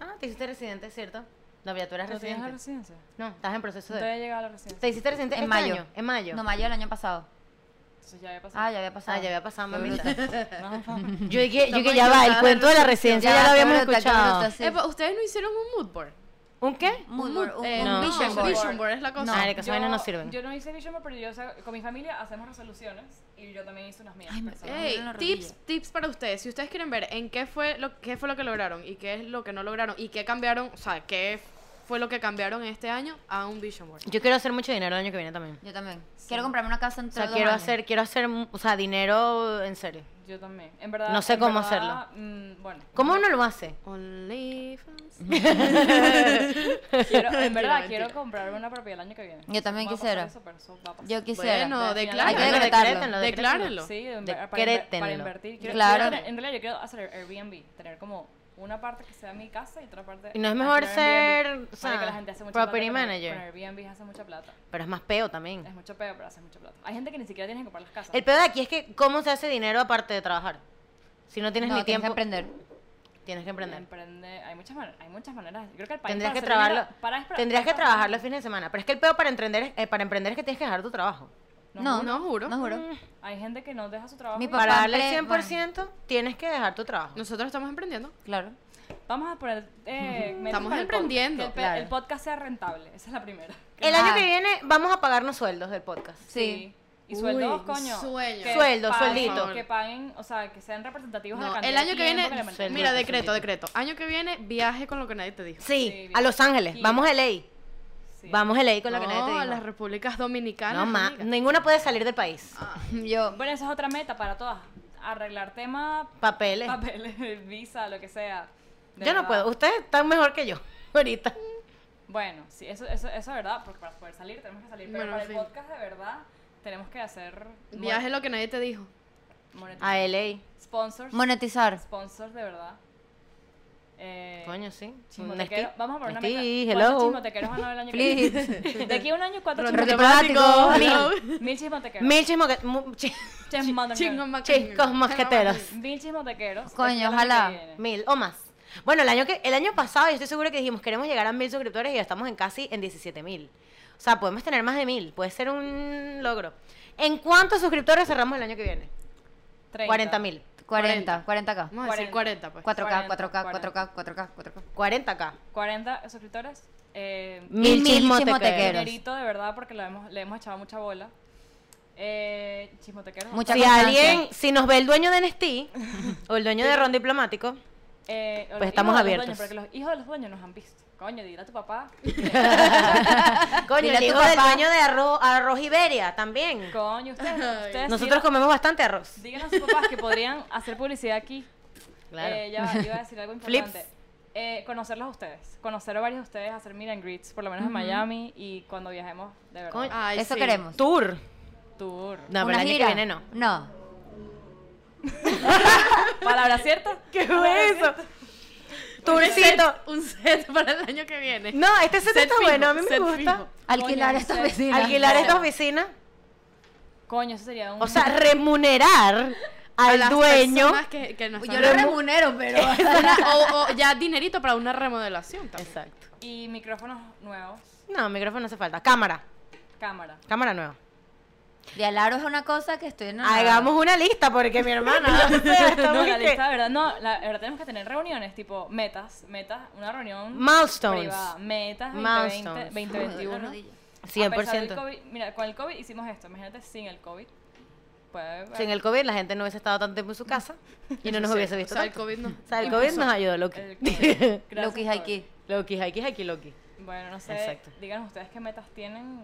A: Ah, te hiciste residente, ¿cierto? No, ya tú eres
D: ¿Tú
B: Pues,
D: tienes la
A: residente.
D: residencia?
A: No, estás en proceso
D: Todavía
A: de...
D: he llegado a la residencia.
A: ¿Te hiciste residente
C: En
A: este
C: mayo.
A: año? En mayo.
C: No, mayo del año pasado.
D: Entonces ya he pasado.
C: Ah, ya había pasado.
A: Ah, ya había pasado,
C: Qué
A: mamita.
C: bruta.
A: Yo dije, yo dije,
C: Estamos
A: ya va, el
C: encantadas
A: cuento de la
C: de
A: residencia ya,
C: Ya,
A: lo habíamos
C: qué bruta, qué
A: escuchado.
C: bruta, sí.
B: Epa, Eh, pues, Ustedes no hicieron un mood board.
A: ¿Un qué?
C: Mood board, un-
B: eh,
C: un
B: no,
C: vision board.
B: vision board es la cosa.
C: No.
A: Madre, que esas vainas no sirven.
D: Yo no hice vision board, pero yo o sea, con mi familia hacemos resoluciones y yo también hice unas mías.
C: Ay, me-
D: personales.
B: Ey,
C: duele la
B: tips,
C: rodilla.
B: tips para ustedes. Si ustedes quieren ver en qué fue lo qué fue lo que lograron y qué es lo que no lograron y qué cambiaron, o sea, qué fue lo que cambiaron este año a un vision board.
A: Yo quiero hacer mucho dinero el año que viene también.
C: Yo también. Quiero comprarme una casa
A: O
C: entre
A: sea,
C: dos
A: quiero
C: años.
A: hacer, quiero hacer, o sea, dinero en serio.
D: Yo también. En verdad.
A: No sé
D: en
A: cómo
D: verdad, mm, bueno.
A: ¿Cómo uno lo hace?
B: OnlyFans.
D: Quiero, en
B: Mentira,
D: verdad,
B: mentira.
D: quiero comprar una propiedad el año que viene.
C: Yo también
D: Va a pasar
C: quisiera.
D: eso, pero eso va a pasar.
C: Yo quisiera.
B: Bueno,
D: Declaro.
B: declara.
C: Hay que
A: Bueno,
C: decretarlo.
A: decrétenlo,
B: Declárenlo.
D: Sí, en-
A: De-
D: para, inver- para
A: crétenlo.
D: invertir. Quiero-
C: Claro.
D: quiero tener- en realidad yo quiero hacer Airbnb, tener como una parte que sea mi casa y otra parte...
A: ¿Y no es mejor
D: alquilar Airbnb?
A: ser,
D: Marica,
A: o sea,
D: la gente hace mucha
A: property
D: plata con-
A: manager?
D: Con Airbnb hace mucha plata.
A: Pero es más peo también.
D: Es mucho peor, pero hace mucha plata. Hay gente que ni siquiera tiene que comprar las casas.
A: El peor de aquí es que cómo se hace dinero aparte de trabajar. Si no tienes
C: No,
A: ni
C: tienes que
A: tiempo,
C: aprender.
A: tienes que emprender.
D: Emprende- Hay muchas, man- hay muchas maneras. Yo creo que el país
A: Tendrías
D: para
A: que
D: hacer dinero-
A: trabajarlo,
D: para- para-
A: tendrías que
D: para-
A: trabajar los fines de semana. Pero es que el peo para emprender, es- eh, para emprender es que tienes que dejar tu trabajo.
C: No,
B: no juro.
C: No juro.
A: Mm,
D: Hay gente que no deja su trabajo.
C: Mi
D: y-
C: papá-
A: Para darle
C: empre-
A: el 100%, tienes que dejar tu trabajo.
B: Nosotros estamos emprendiendo.
C: Claro.
D: Vamos a poner... eh, metas
B: Estamos
D: para el podcast.
B: emprendiendo,
D: Que el, pe-
A: claro.
D: el podcast sea rentable. Esa es la primera.
A: El
C: Ah.
A: año que viene vamos a pagarnos sueldos del podcast.
C: Sí.
D: Y sueldos,
B: Uy,
D: coño.
B: sueño.
D: que
A: Sueldo,
D: paguen-
A: sueldito.
D: Que paguen, o sea, que sean representativos de
B: No,
D: la cantidad
B: el año que
D: de tiempo
B: viene,
D: le metemos.
B: mira,
A: Sueldo,
B: decreto,
A: sueldito.
B: decreto. Año que viene, viaje con lo que nadie te dijo.
A: Sí,
D: Sí,
A: a Los Ángeles.
D: bien.
A: Vamos a LA.
D: Sí.
A: Vamos a LA con lo que nadie te
B: No, a
A: dijo.
B: las repúblicas dominicanas.
A: No, ma,
B: amiga.
A: ninguna puede salir del país.
D: Ah,
C: Yo.
D: Bueno, esa es otra meta para todas. Arreglar tema,
A: Papeles.
D: papeles, visa, lo que sea. De
A: Yo no
D: verdad.
A: puedo. Ustedes están mejor que yo ahorita.
D: Bueno, sí, eso, eso, eso es verdad, porque para poder salir tenemos que salir. Pero
B: Bueno,
D: para
B: en
D: el
B: fin.
D: podcast, de verdad, tenemos que hacer... mon-
B: Viaje lo que nadie te dijo.
D: monetiz-
A: A LA.
D: Sponsors.
C: Monetizar.
D: Sponsors, de verdad. Eh,
A: Coño, sí.
D: chismotequeros.
A: Nesti.
D: Vamos a poner una meta.
A: Nesti,
D: ¿Cuántos
A: hello.
D: chismotequeros van a haber el año que
C: Please.
D: viene? De aquí a un año, ¿cuántos chismotequeros?
C: Rotoplático.
A: Mil.
D: Mil chismotequeros.
A: Mil chismoque- mu- chi-
D: Chismotequeros.
B: Chingo ma-
A: chicos mosqueteros.
D: Mil chismotequeros.
C: Coño,
D: Aquí al año
C: ojalá.
D: que viene.
A: Mil o más. Bueno, el año, que, el año pasado yo estoy segura que dijimos queremos llegar a mil suscriptores y ya estamos en casi en 17 mil. O sea, podemos tener más de mil. Puede ser un logro. ¿En cuántos suscriptores cerramos el año que viene?
D: 30.
A: 40 mil.
C: 40, 40k.
B: Vamos a decir 40, pues.
C: 4K,
D: 40,
C: 4K, 4K, 4K, 4K.
A: 40k.
D: 40 suscriptores. Eh,
A: Mil,
C: mil
A: chismotequeros.
C: chismotequeros.
D: dinerito, de verdad, porque lo hemos, le hemos echado mucha bola. Eh, chismotequeros.
C: Mucha-
A: Si
C: constancia.
A: alguien, si nos ve el dueño de Nestí o el dueño de Ron Diplomático,
D: Eh, los
A: Pues estamos
D: hijos de los
A: abiertos.
D: dueños, porque los hijos de los dueños nos han visto. Coño, dile a tu papá.
A: coño,
C: Dile
A: el
C: a tu
A: hijo del
C: papá.
A: dueño de arroz, arroz Iberia también.
D: Coño, ustedes. ustedes
A: Nosotros
D: digan-
A: comemos bastante arroz.
D: Digan a sus papás que podrían hacer publicidad aquí.
A: Claro.
D: Eh, ya, va, iba a decir algo
A: Flips.
D: importante. Eh, conocerlos a ustedes. Conocer a varios de ustedes, hacer meet and greets, por lo menos en Miami y cuando viajemos, de verdad.
A: Coño.
B: Ay,
C: Eso
B: sí.
C: queremos.
A: Tour.
D: Tour.
A: No, pero el
C: Una
A: año
C: gira.
A: que viene no.
C: No.
D: ¿Palabra cierta?
A: ¿Qué fue eso?
B: Un set,
A: Tourcito.
B: un set para el año que viene.
A: No, este set, está
B: fijo,
A: bueno, a mí me
B: set
A: gusta.
B: fijo.
C: Alquilar
D: Coño,
C: estas
D: sí.
C: vecinas.
A: Alquilar
D: No.
A: esta oficina.
D: Coño, eso sería un.
A: O sea, remunerar
B: a
A: al
B: las
A: dueño.
B: personas que, que no
D: Pues
C: Yo
B: están
C: lo
B: remo-
C: remunero, pero.
B: Una- o, o ya dinerito para una remodelación también.
A: Exacto.
D: Y micrófonos nuevos,
A: No, micrófono no hace falta. Cámara.
D: cámara.
A: Cámara nueva.
C: De alaro es una cosa que estoy en.
A: Hagamos una lista porque mi hermana. o sea, estamos
D: No, la
A: en que-
D: lista, de verdad, no, la verdad tenemos que tener reuniones, tipo metas, metas, una reunión
A: Milestones.
D: privada, metas
A: Milestones.
D: 2020,
C: Uy, la
D: 2021.
C: rodilla.
D: A pesar del
A: 100%.
D: COVID, mira, con el COVID hicimos esto, imagínate sin el COVID. Pues, Puede haber-
A: Sin el COVID la gente no hubiese estado tanto tiempo en su casa y no nos hubiese visto.
B: O sea, el
A: tanto.
B: COVID no.
A: O sea, el COVID nos ayudó, Loki.
D: el COVID. Gracias,
C: Loki Haiki.
A: Loki, Haiki, Haiki, Loki.
D: COVID. Bueno, no sé,
A: Exacto.
D: digan ustedes qué metas tienen.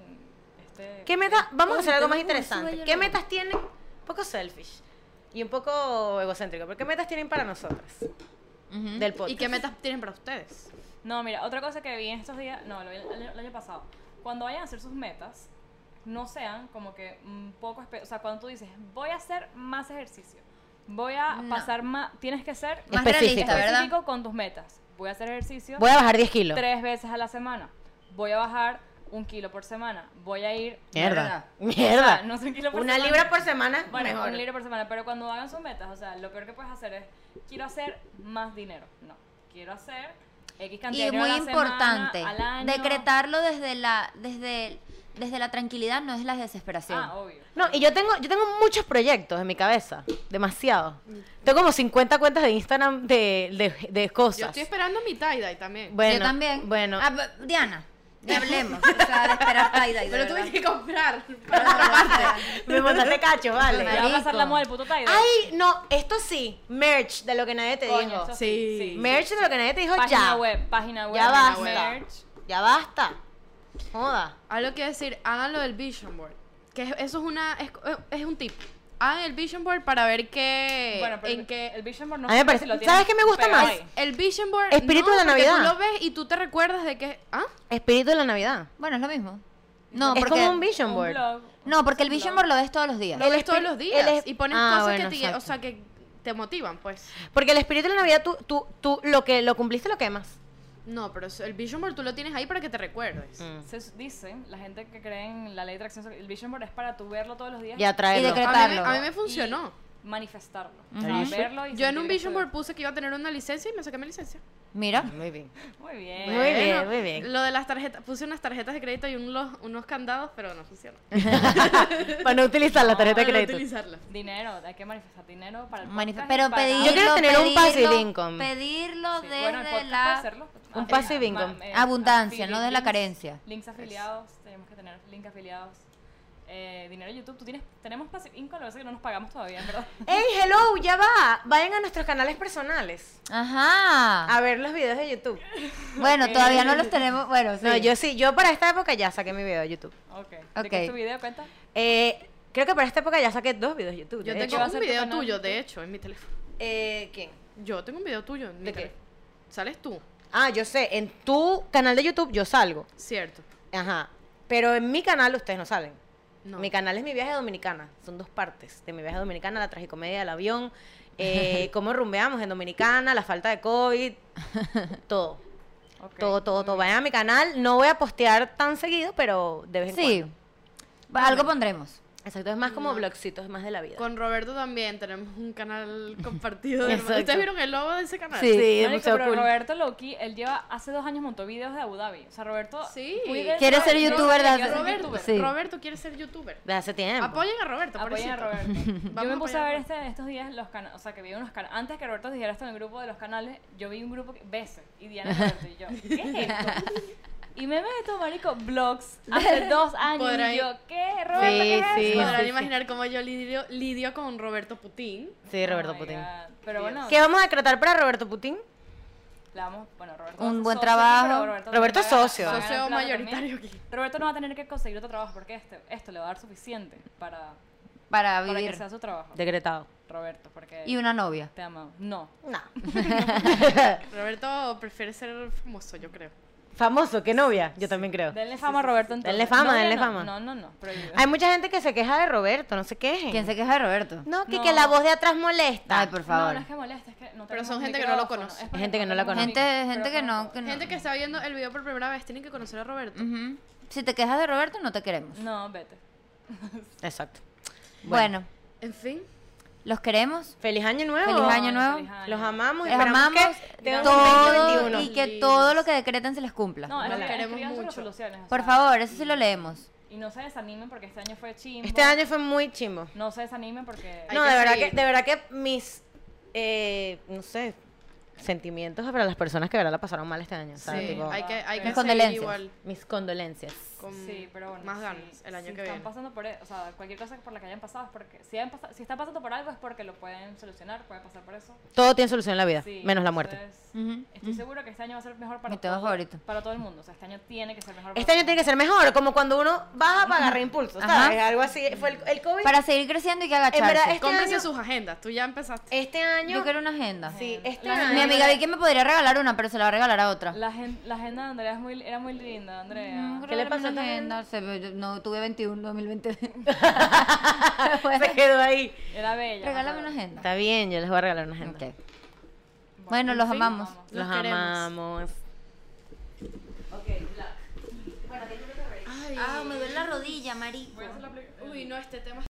D: Este,
A: ¿Qué metas? Vamos a
C: Oye,
A: hacer algo más
C: tenemos un
A: interesante.
C: sueño
A: ¿Qué
C: loco.
A: metas tienen? Un poco selfish y un poco egocéntrico. ¿Pero qué metas tienen para nosotras
C: Ujú.
A: del podcast?
B: ¿Y qué metas tienen para ustedes?
D: No, mira, otra cosa que vi en estos días, no, lo vi el, el año pasado. Cuando vayan a hacer sus metas, no sean como que un poco, espe- o sea, cuando tú dices, voy a hacer más ejercicio, voy a
C: No.
D: pasar más, tienes que ser
A: Específico.
C: Más realista, ¿verdad?
D: específico con tus metas. Voy a hacer ejercicio
A: Voy a bajar 10 kilos.
D: tres veces a la semana. Voy a bajar un kilo por semana. Voy a ir
A: Mierda. Ah.
D: O
A: Mierda.
D: sea, no es un kilo por
A: Una
D: semana.
A: libra por semana,
D: Bueno,
A: mejor.
D: un libro por semana, pero cuando hagan sus metas, o sea, lo peor que puedes hacer es, quiero hacer más dinero. No, quiero hacer X cantidad
C: Y
D: de dinero
C: muy
D: a la semana,
C: importante,
D: al año. Ah,
C: decretarlo desde la, desde, desde la tranquilidad, no es la desesperación.
D: Ah, obvio.
A: No, y yo tengo, yo tengo muchos proyectos en mi cabeza. Demasiados. Tengo como 50 cuentas de Instagram de, de, de cosas.
B: Yo estoy esperando mi tie-dye también.
A: bueno,
C: Yo también.
A: Bueno,
C: Ah, pero, Diana, ni hablemos. o sea, de esperar Taida.
B: Pero tuve que comprar.
A: me montaste cacho, vale.
D: Ya va a pasar
C: Marico.
D: la moda del puto Tidal.
A: Ay, no, esto sí. Merch de lo que nadie te
D: Coño,
A: dijo.
D: eso
B: Sí.
A: Merch de lo que nadie te dijo
D: Página
A: ya.
D: web, página web.
A: Ya basta.
D: Merch.
A: Ya basta. Joda.
B: Algo que decir, hagan lo del vision board. Que es- eso es una es, es un tip. Hagan el vision board para ver qué
D: Bueno, pero
B: en qué
D: el Vision Board no
A: Eh, A mí me
D: sé
A: parece-
D: si lo
A: ¿sabes
D: tienes
A: qué me gusta
D: pegado
A: más?
D: ahí.
B: el vision board
A: Espíritu
B: no,
A: de la
B: porque
A: Navidad.
B: Tú lo ves y tú te recuerdas de que ¿ah?
A: Espíritu de la Navidad.
C: Bueno, es lo mismo. No,
A: es
C: porque,
A: como un vision
D: Un
A: board.
D: blog.
C: No, porque el vision board lo ves todos los días.
B: Lo ves todos
A: espi-
B: los días
A: el es-
B: y pones
A: Ah,
B: cosas
A: bueno,
B: que te,
A: exacto.
B: o sea, que te motivan, pues.
A: Porque el espíritu de la Navidad, tú, tú, tú lo que lo cumpliste lo quemas.
B: No, pero eso- el vision board tú lo tienes ahí para que te
A: Mm.
B: recuerdes.
D: Se s- dice, la gente que cree en la ley de atracción, el Vision Board es para tú verlo todos los días
A: Y atraerlo.
C: Y decretar.
B: A mí, me,
C: Tratarlo.
B: a mí me funcionó.
D: y manifestarlo.
C: Ujú.
D: O sea, verlo y
B: Yo en
D: sentir
B: un
D: que
B: vision
D: estoy-
B: board puse que iba a tener una licencia y me saqué mi licencia.
C: Mira.
A: Muy bien.
D: Muy bien.
A: Muy bien, muy bien.
B: Lo de las tarjetas, puse unas tarjetas de crédito y un lo- unos candados, pero no funcionó.
A: Para no utilizar la tarjeta de
B: Para no
A: crédito.
B: utilizarla.
D: Dinero, hay que manifestar dinero para el
C: Manif-
D: podcast y
C: pero
D: para-
C: pedirlo,
A: Yo quiero tener un passive
C: pedirlo-
A: income.
C: Pedirlo
D: Sí,
C: desde
D: bueno, el podcast puede
C: la...
D: hacerlo.
A: un
D: Ah,
A: passive
D: ma-
A: income.
D: eh,
C: Abundancia, no
D: affiliate
C: de la
D: links,
C: carencia.
D: Links afiliados, tenemos que tener links afiliados. Eh, dinero de YouTube, tú tienes, tenemos passive income, lo que pasa es que no nos pagamos todavía, ¿verdad?
A: ¡Ey, hello! Ya va. Vayan a nuestros canales personales
C: Ajá.
A: a ver los videos de YouTube.
C: Ah, Bueno, todavía no los tenemos. Bueno, sí.
A: No, yo sí. Yo para esta época ya saqué mi video de YouTube.
D: Ok. ¿De
C: Ok.
D: qué es tu video? Cuenta.
A: Eh, creo que para esta época ya saqué dos videos de YouTube.
B: Yo
A: de
B: tengo
A: hecho.
D: a
B: un
D: ser tu
B: video
D: canal
B: tuyo,
D: YouTube?
B: de hecho, en mi teléfono.
A: Eh, ¿Quién?
B: Yo tengo un video tuyo en mi
A: ¿De qué?
B: teléfono. Sales tú,
A: Ah, yo sé. En tu canal de YouTube yo salgo.
B: cierto.
A: Ajá. Pero en mi canal ustedes no salen.
B: No.
A: Mi canal es mi viaje a dominicana. Son dos partes de mi viaje a dominicana, la tragicomedia del avión, eh, cómo rumbeamos en dominicana, la falta de COVID, todo.
D: Ok.
A: Todo, todo, todo. Vayan a mi canal. No voy a postear tan seguido, pero de vez en
C: Sí.
A: cuando.
C: Va, Algo pondremos.
A: Exacto, es más como blogcitos, es más de la vida.
B: Con Roberto también tenemos un canal compartido. de-
A: Exacto.
B: ¿Ustedes vieron el logo de ese canal?
A: Ah, Sí, es
D: Marico,
A: demasiado
D: pero
A: cool.
D: Roberto Loki, él lleva hace dos años montó videos de Abu Dhabi. O sea, Roberto.
B: Sí.
D: cuida el-
C: Quiere ser
D: no,
C: youtuber
D: quiere
C: de-
D: ser
B: Roberto,
D: youtuber.
C: Sí.
B: Roberto quiere ser youtuber.
A: De hace tiempo.
B: Apoyen a Roberto,
D: Apoyen a
B: pobrecito.
D: Roberto.
B: Vamos
D: yo me
B: a
D: puse
B: apoyar
D: a
B: a
D: ver
B: Roberto.
D: este, estos días los canales, o sea, que vi unos canales. Antes que Roberto dijera esto en el grupo de los canales, yo vi un grupo que Bese y Diana y Roberto y yo. ¿Qué es esto? Y me meto, marico, blogs hace dos años.
B: Por
D: Y
B: ahí.
D: yo, ¿qué, Roberto?
A: Sí,
D: ¿qué es
A: sí,
D: esto?
B: Podrán imaginar cómo yo lidio, lidio con Roberto Putin.
A: Sí,
D: Oh
A: Roberto
D: my
A: Putin.
D: God. Pero bueno,
A: ¿Qué vamos a decretar para Roberto Putin?
D: la vamos, bueno, Roberto.
C: Un
D: va a ser
C: buen
D: socio aquí,
C: trabajo.
D: pero
A: Roberto es
D: también va a-
A: socio.
D: va a ganar
B: Socio
D: plata
B: mayoritario
D: también.
B: aquí.
D: Roberto no va a tener que conseguir otro trabajo porque este, esto le va a dar suficiente para,
C: Para
D: para que
C: vivir.
D: sea su trabajo.
A: Decretado.
D: Roberto, porque
C: Y una novia.
D: te amo. No.
A: No.
B: Roberto prefiere ser famoso, yo creo.
A: Famoso, qué novia. Yo también creo.
D: Denle fama a Roberto entonces.
A: Denle fama,
D: No, no,
A: denle
D: no,
A: fama.
D: No, no, no, prohibido.
A: Hay mucha gente que se queja de Roberto, no se quejen.
C: ¿Quién se queja de Roberto?
A: No, Ah, que,
D: No.
A: que la voz de atrás molesta.
C: Ay, por
D: No,
C: favor.
D: no es que moleste, es que no
B: Pero
D: tenemos
B: son gente que no lo
D: micrófono,
B: conoce.
D: es porque
A: Gente que no la
D: tenemos
C: Gente,
D: micrófono.
C: gente que no. que no.
B: Gente que está viendo el video por primera vez tienen que conocer a Roberto.
C: Ujú. Si te quejas de Roberto, no te queremos.
D: No, vete.
A: Exacto.
C: Bueno,
B: En fin,
C: Los queremos.
A: Feliz año nuevo.
C: Feliz año nuevo.
D: Feliz año.
A: Los amamos.
C: Les
A: esperamos
C: amamos
A: que tengan un
C: todo
A: 2021.
C: y que todo lo que decreten se les cumpla.
D: No, es
B: Los
D: que
B: queremos
D: escriban sus
B: mucho.
D: resoluciones. o
C: Por
D: sea,
C: favor, eso sí lo leemos.
D: Y no se desanimen porque este año fue chimbo.
A: Este año fue muy chimbo.
D: No se desanimen porque...
B: Hay
A: No,
B: que
A: de verdad que,
B: seguir.
A: de verdad que mis, eh, no sé, sentimientos para las personas que de verdad la pasaron mal este año.
B: Sí,
A: ¿sabes? Tipo,
B: hay que, hay que seguir
C: Mis condolencias.
B: igual
A: Mis condolencias.
B: con
D: Sí, pero bueno.
B: más
D: si-
B: ganas el año
D: si
B: que
D: están
B: viene.
D: pasando por, e- o sea, cualquier cosa por la que hayan pasado es porque si, han pasa- si están pasando por algo es porque lo pueden solucionar, pueden pasar por eso.
A: Todo tiene solución en la vida,
D: Sí,
A: menos la muerte.
D: entonces,
C: Ujú,
D: Estoy
C: ujú.
D: seguro que este año va a ser mejor para
C: Mi tema
D: todo,
C: favorito.
D: para todo el mundo. O sea, este año tiene que ser mejor.
A: Este año tiene que ser mejor, como cuando uno baja para agarrar impulso,
C: Ajá.
A: ¿sabes? Algo así. Fue el, el COVID.
C: Para seguir creciendo y que
A: Pues, en verdad,
C: agacharse.
A: este
B: Cómprense
A: año,
B: sus agendas, tú ya empezaste.
A: este año,
C: Yo quiero una agenda.
A: sí, este
D: La-
A: año.
C: Mi amiga Vicky me podría regalar una, pero se la va a regalar a otra.
D: La, gen- la agenda de Andrea es muy, era muy linda, Andrea.
C: Mm,
A: ¿Qué le
C: regálame
A: pasó a
C: una
A: tu
C: agenda? Se ve- No tuve 21, 2020. Bueno,
A: se quedó ahí.
D: Era bella.
C: Regálame
D: o
C: una
D: sea,
C: agenda.
A: Está bien, yo les voy a regalar una agenda.
C: Ok. Bueno, los
D: en fin,
C: amamos.
A: Los,
B: Los queremos.
A: amamos.
C: Ah, me duele la rodilla, marico.
D: Voy a hacer la aplica-
B: Uy, no, este tema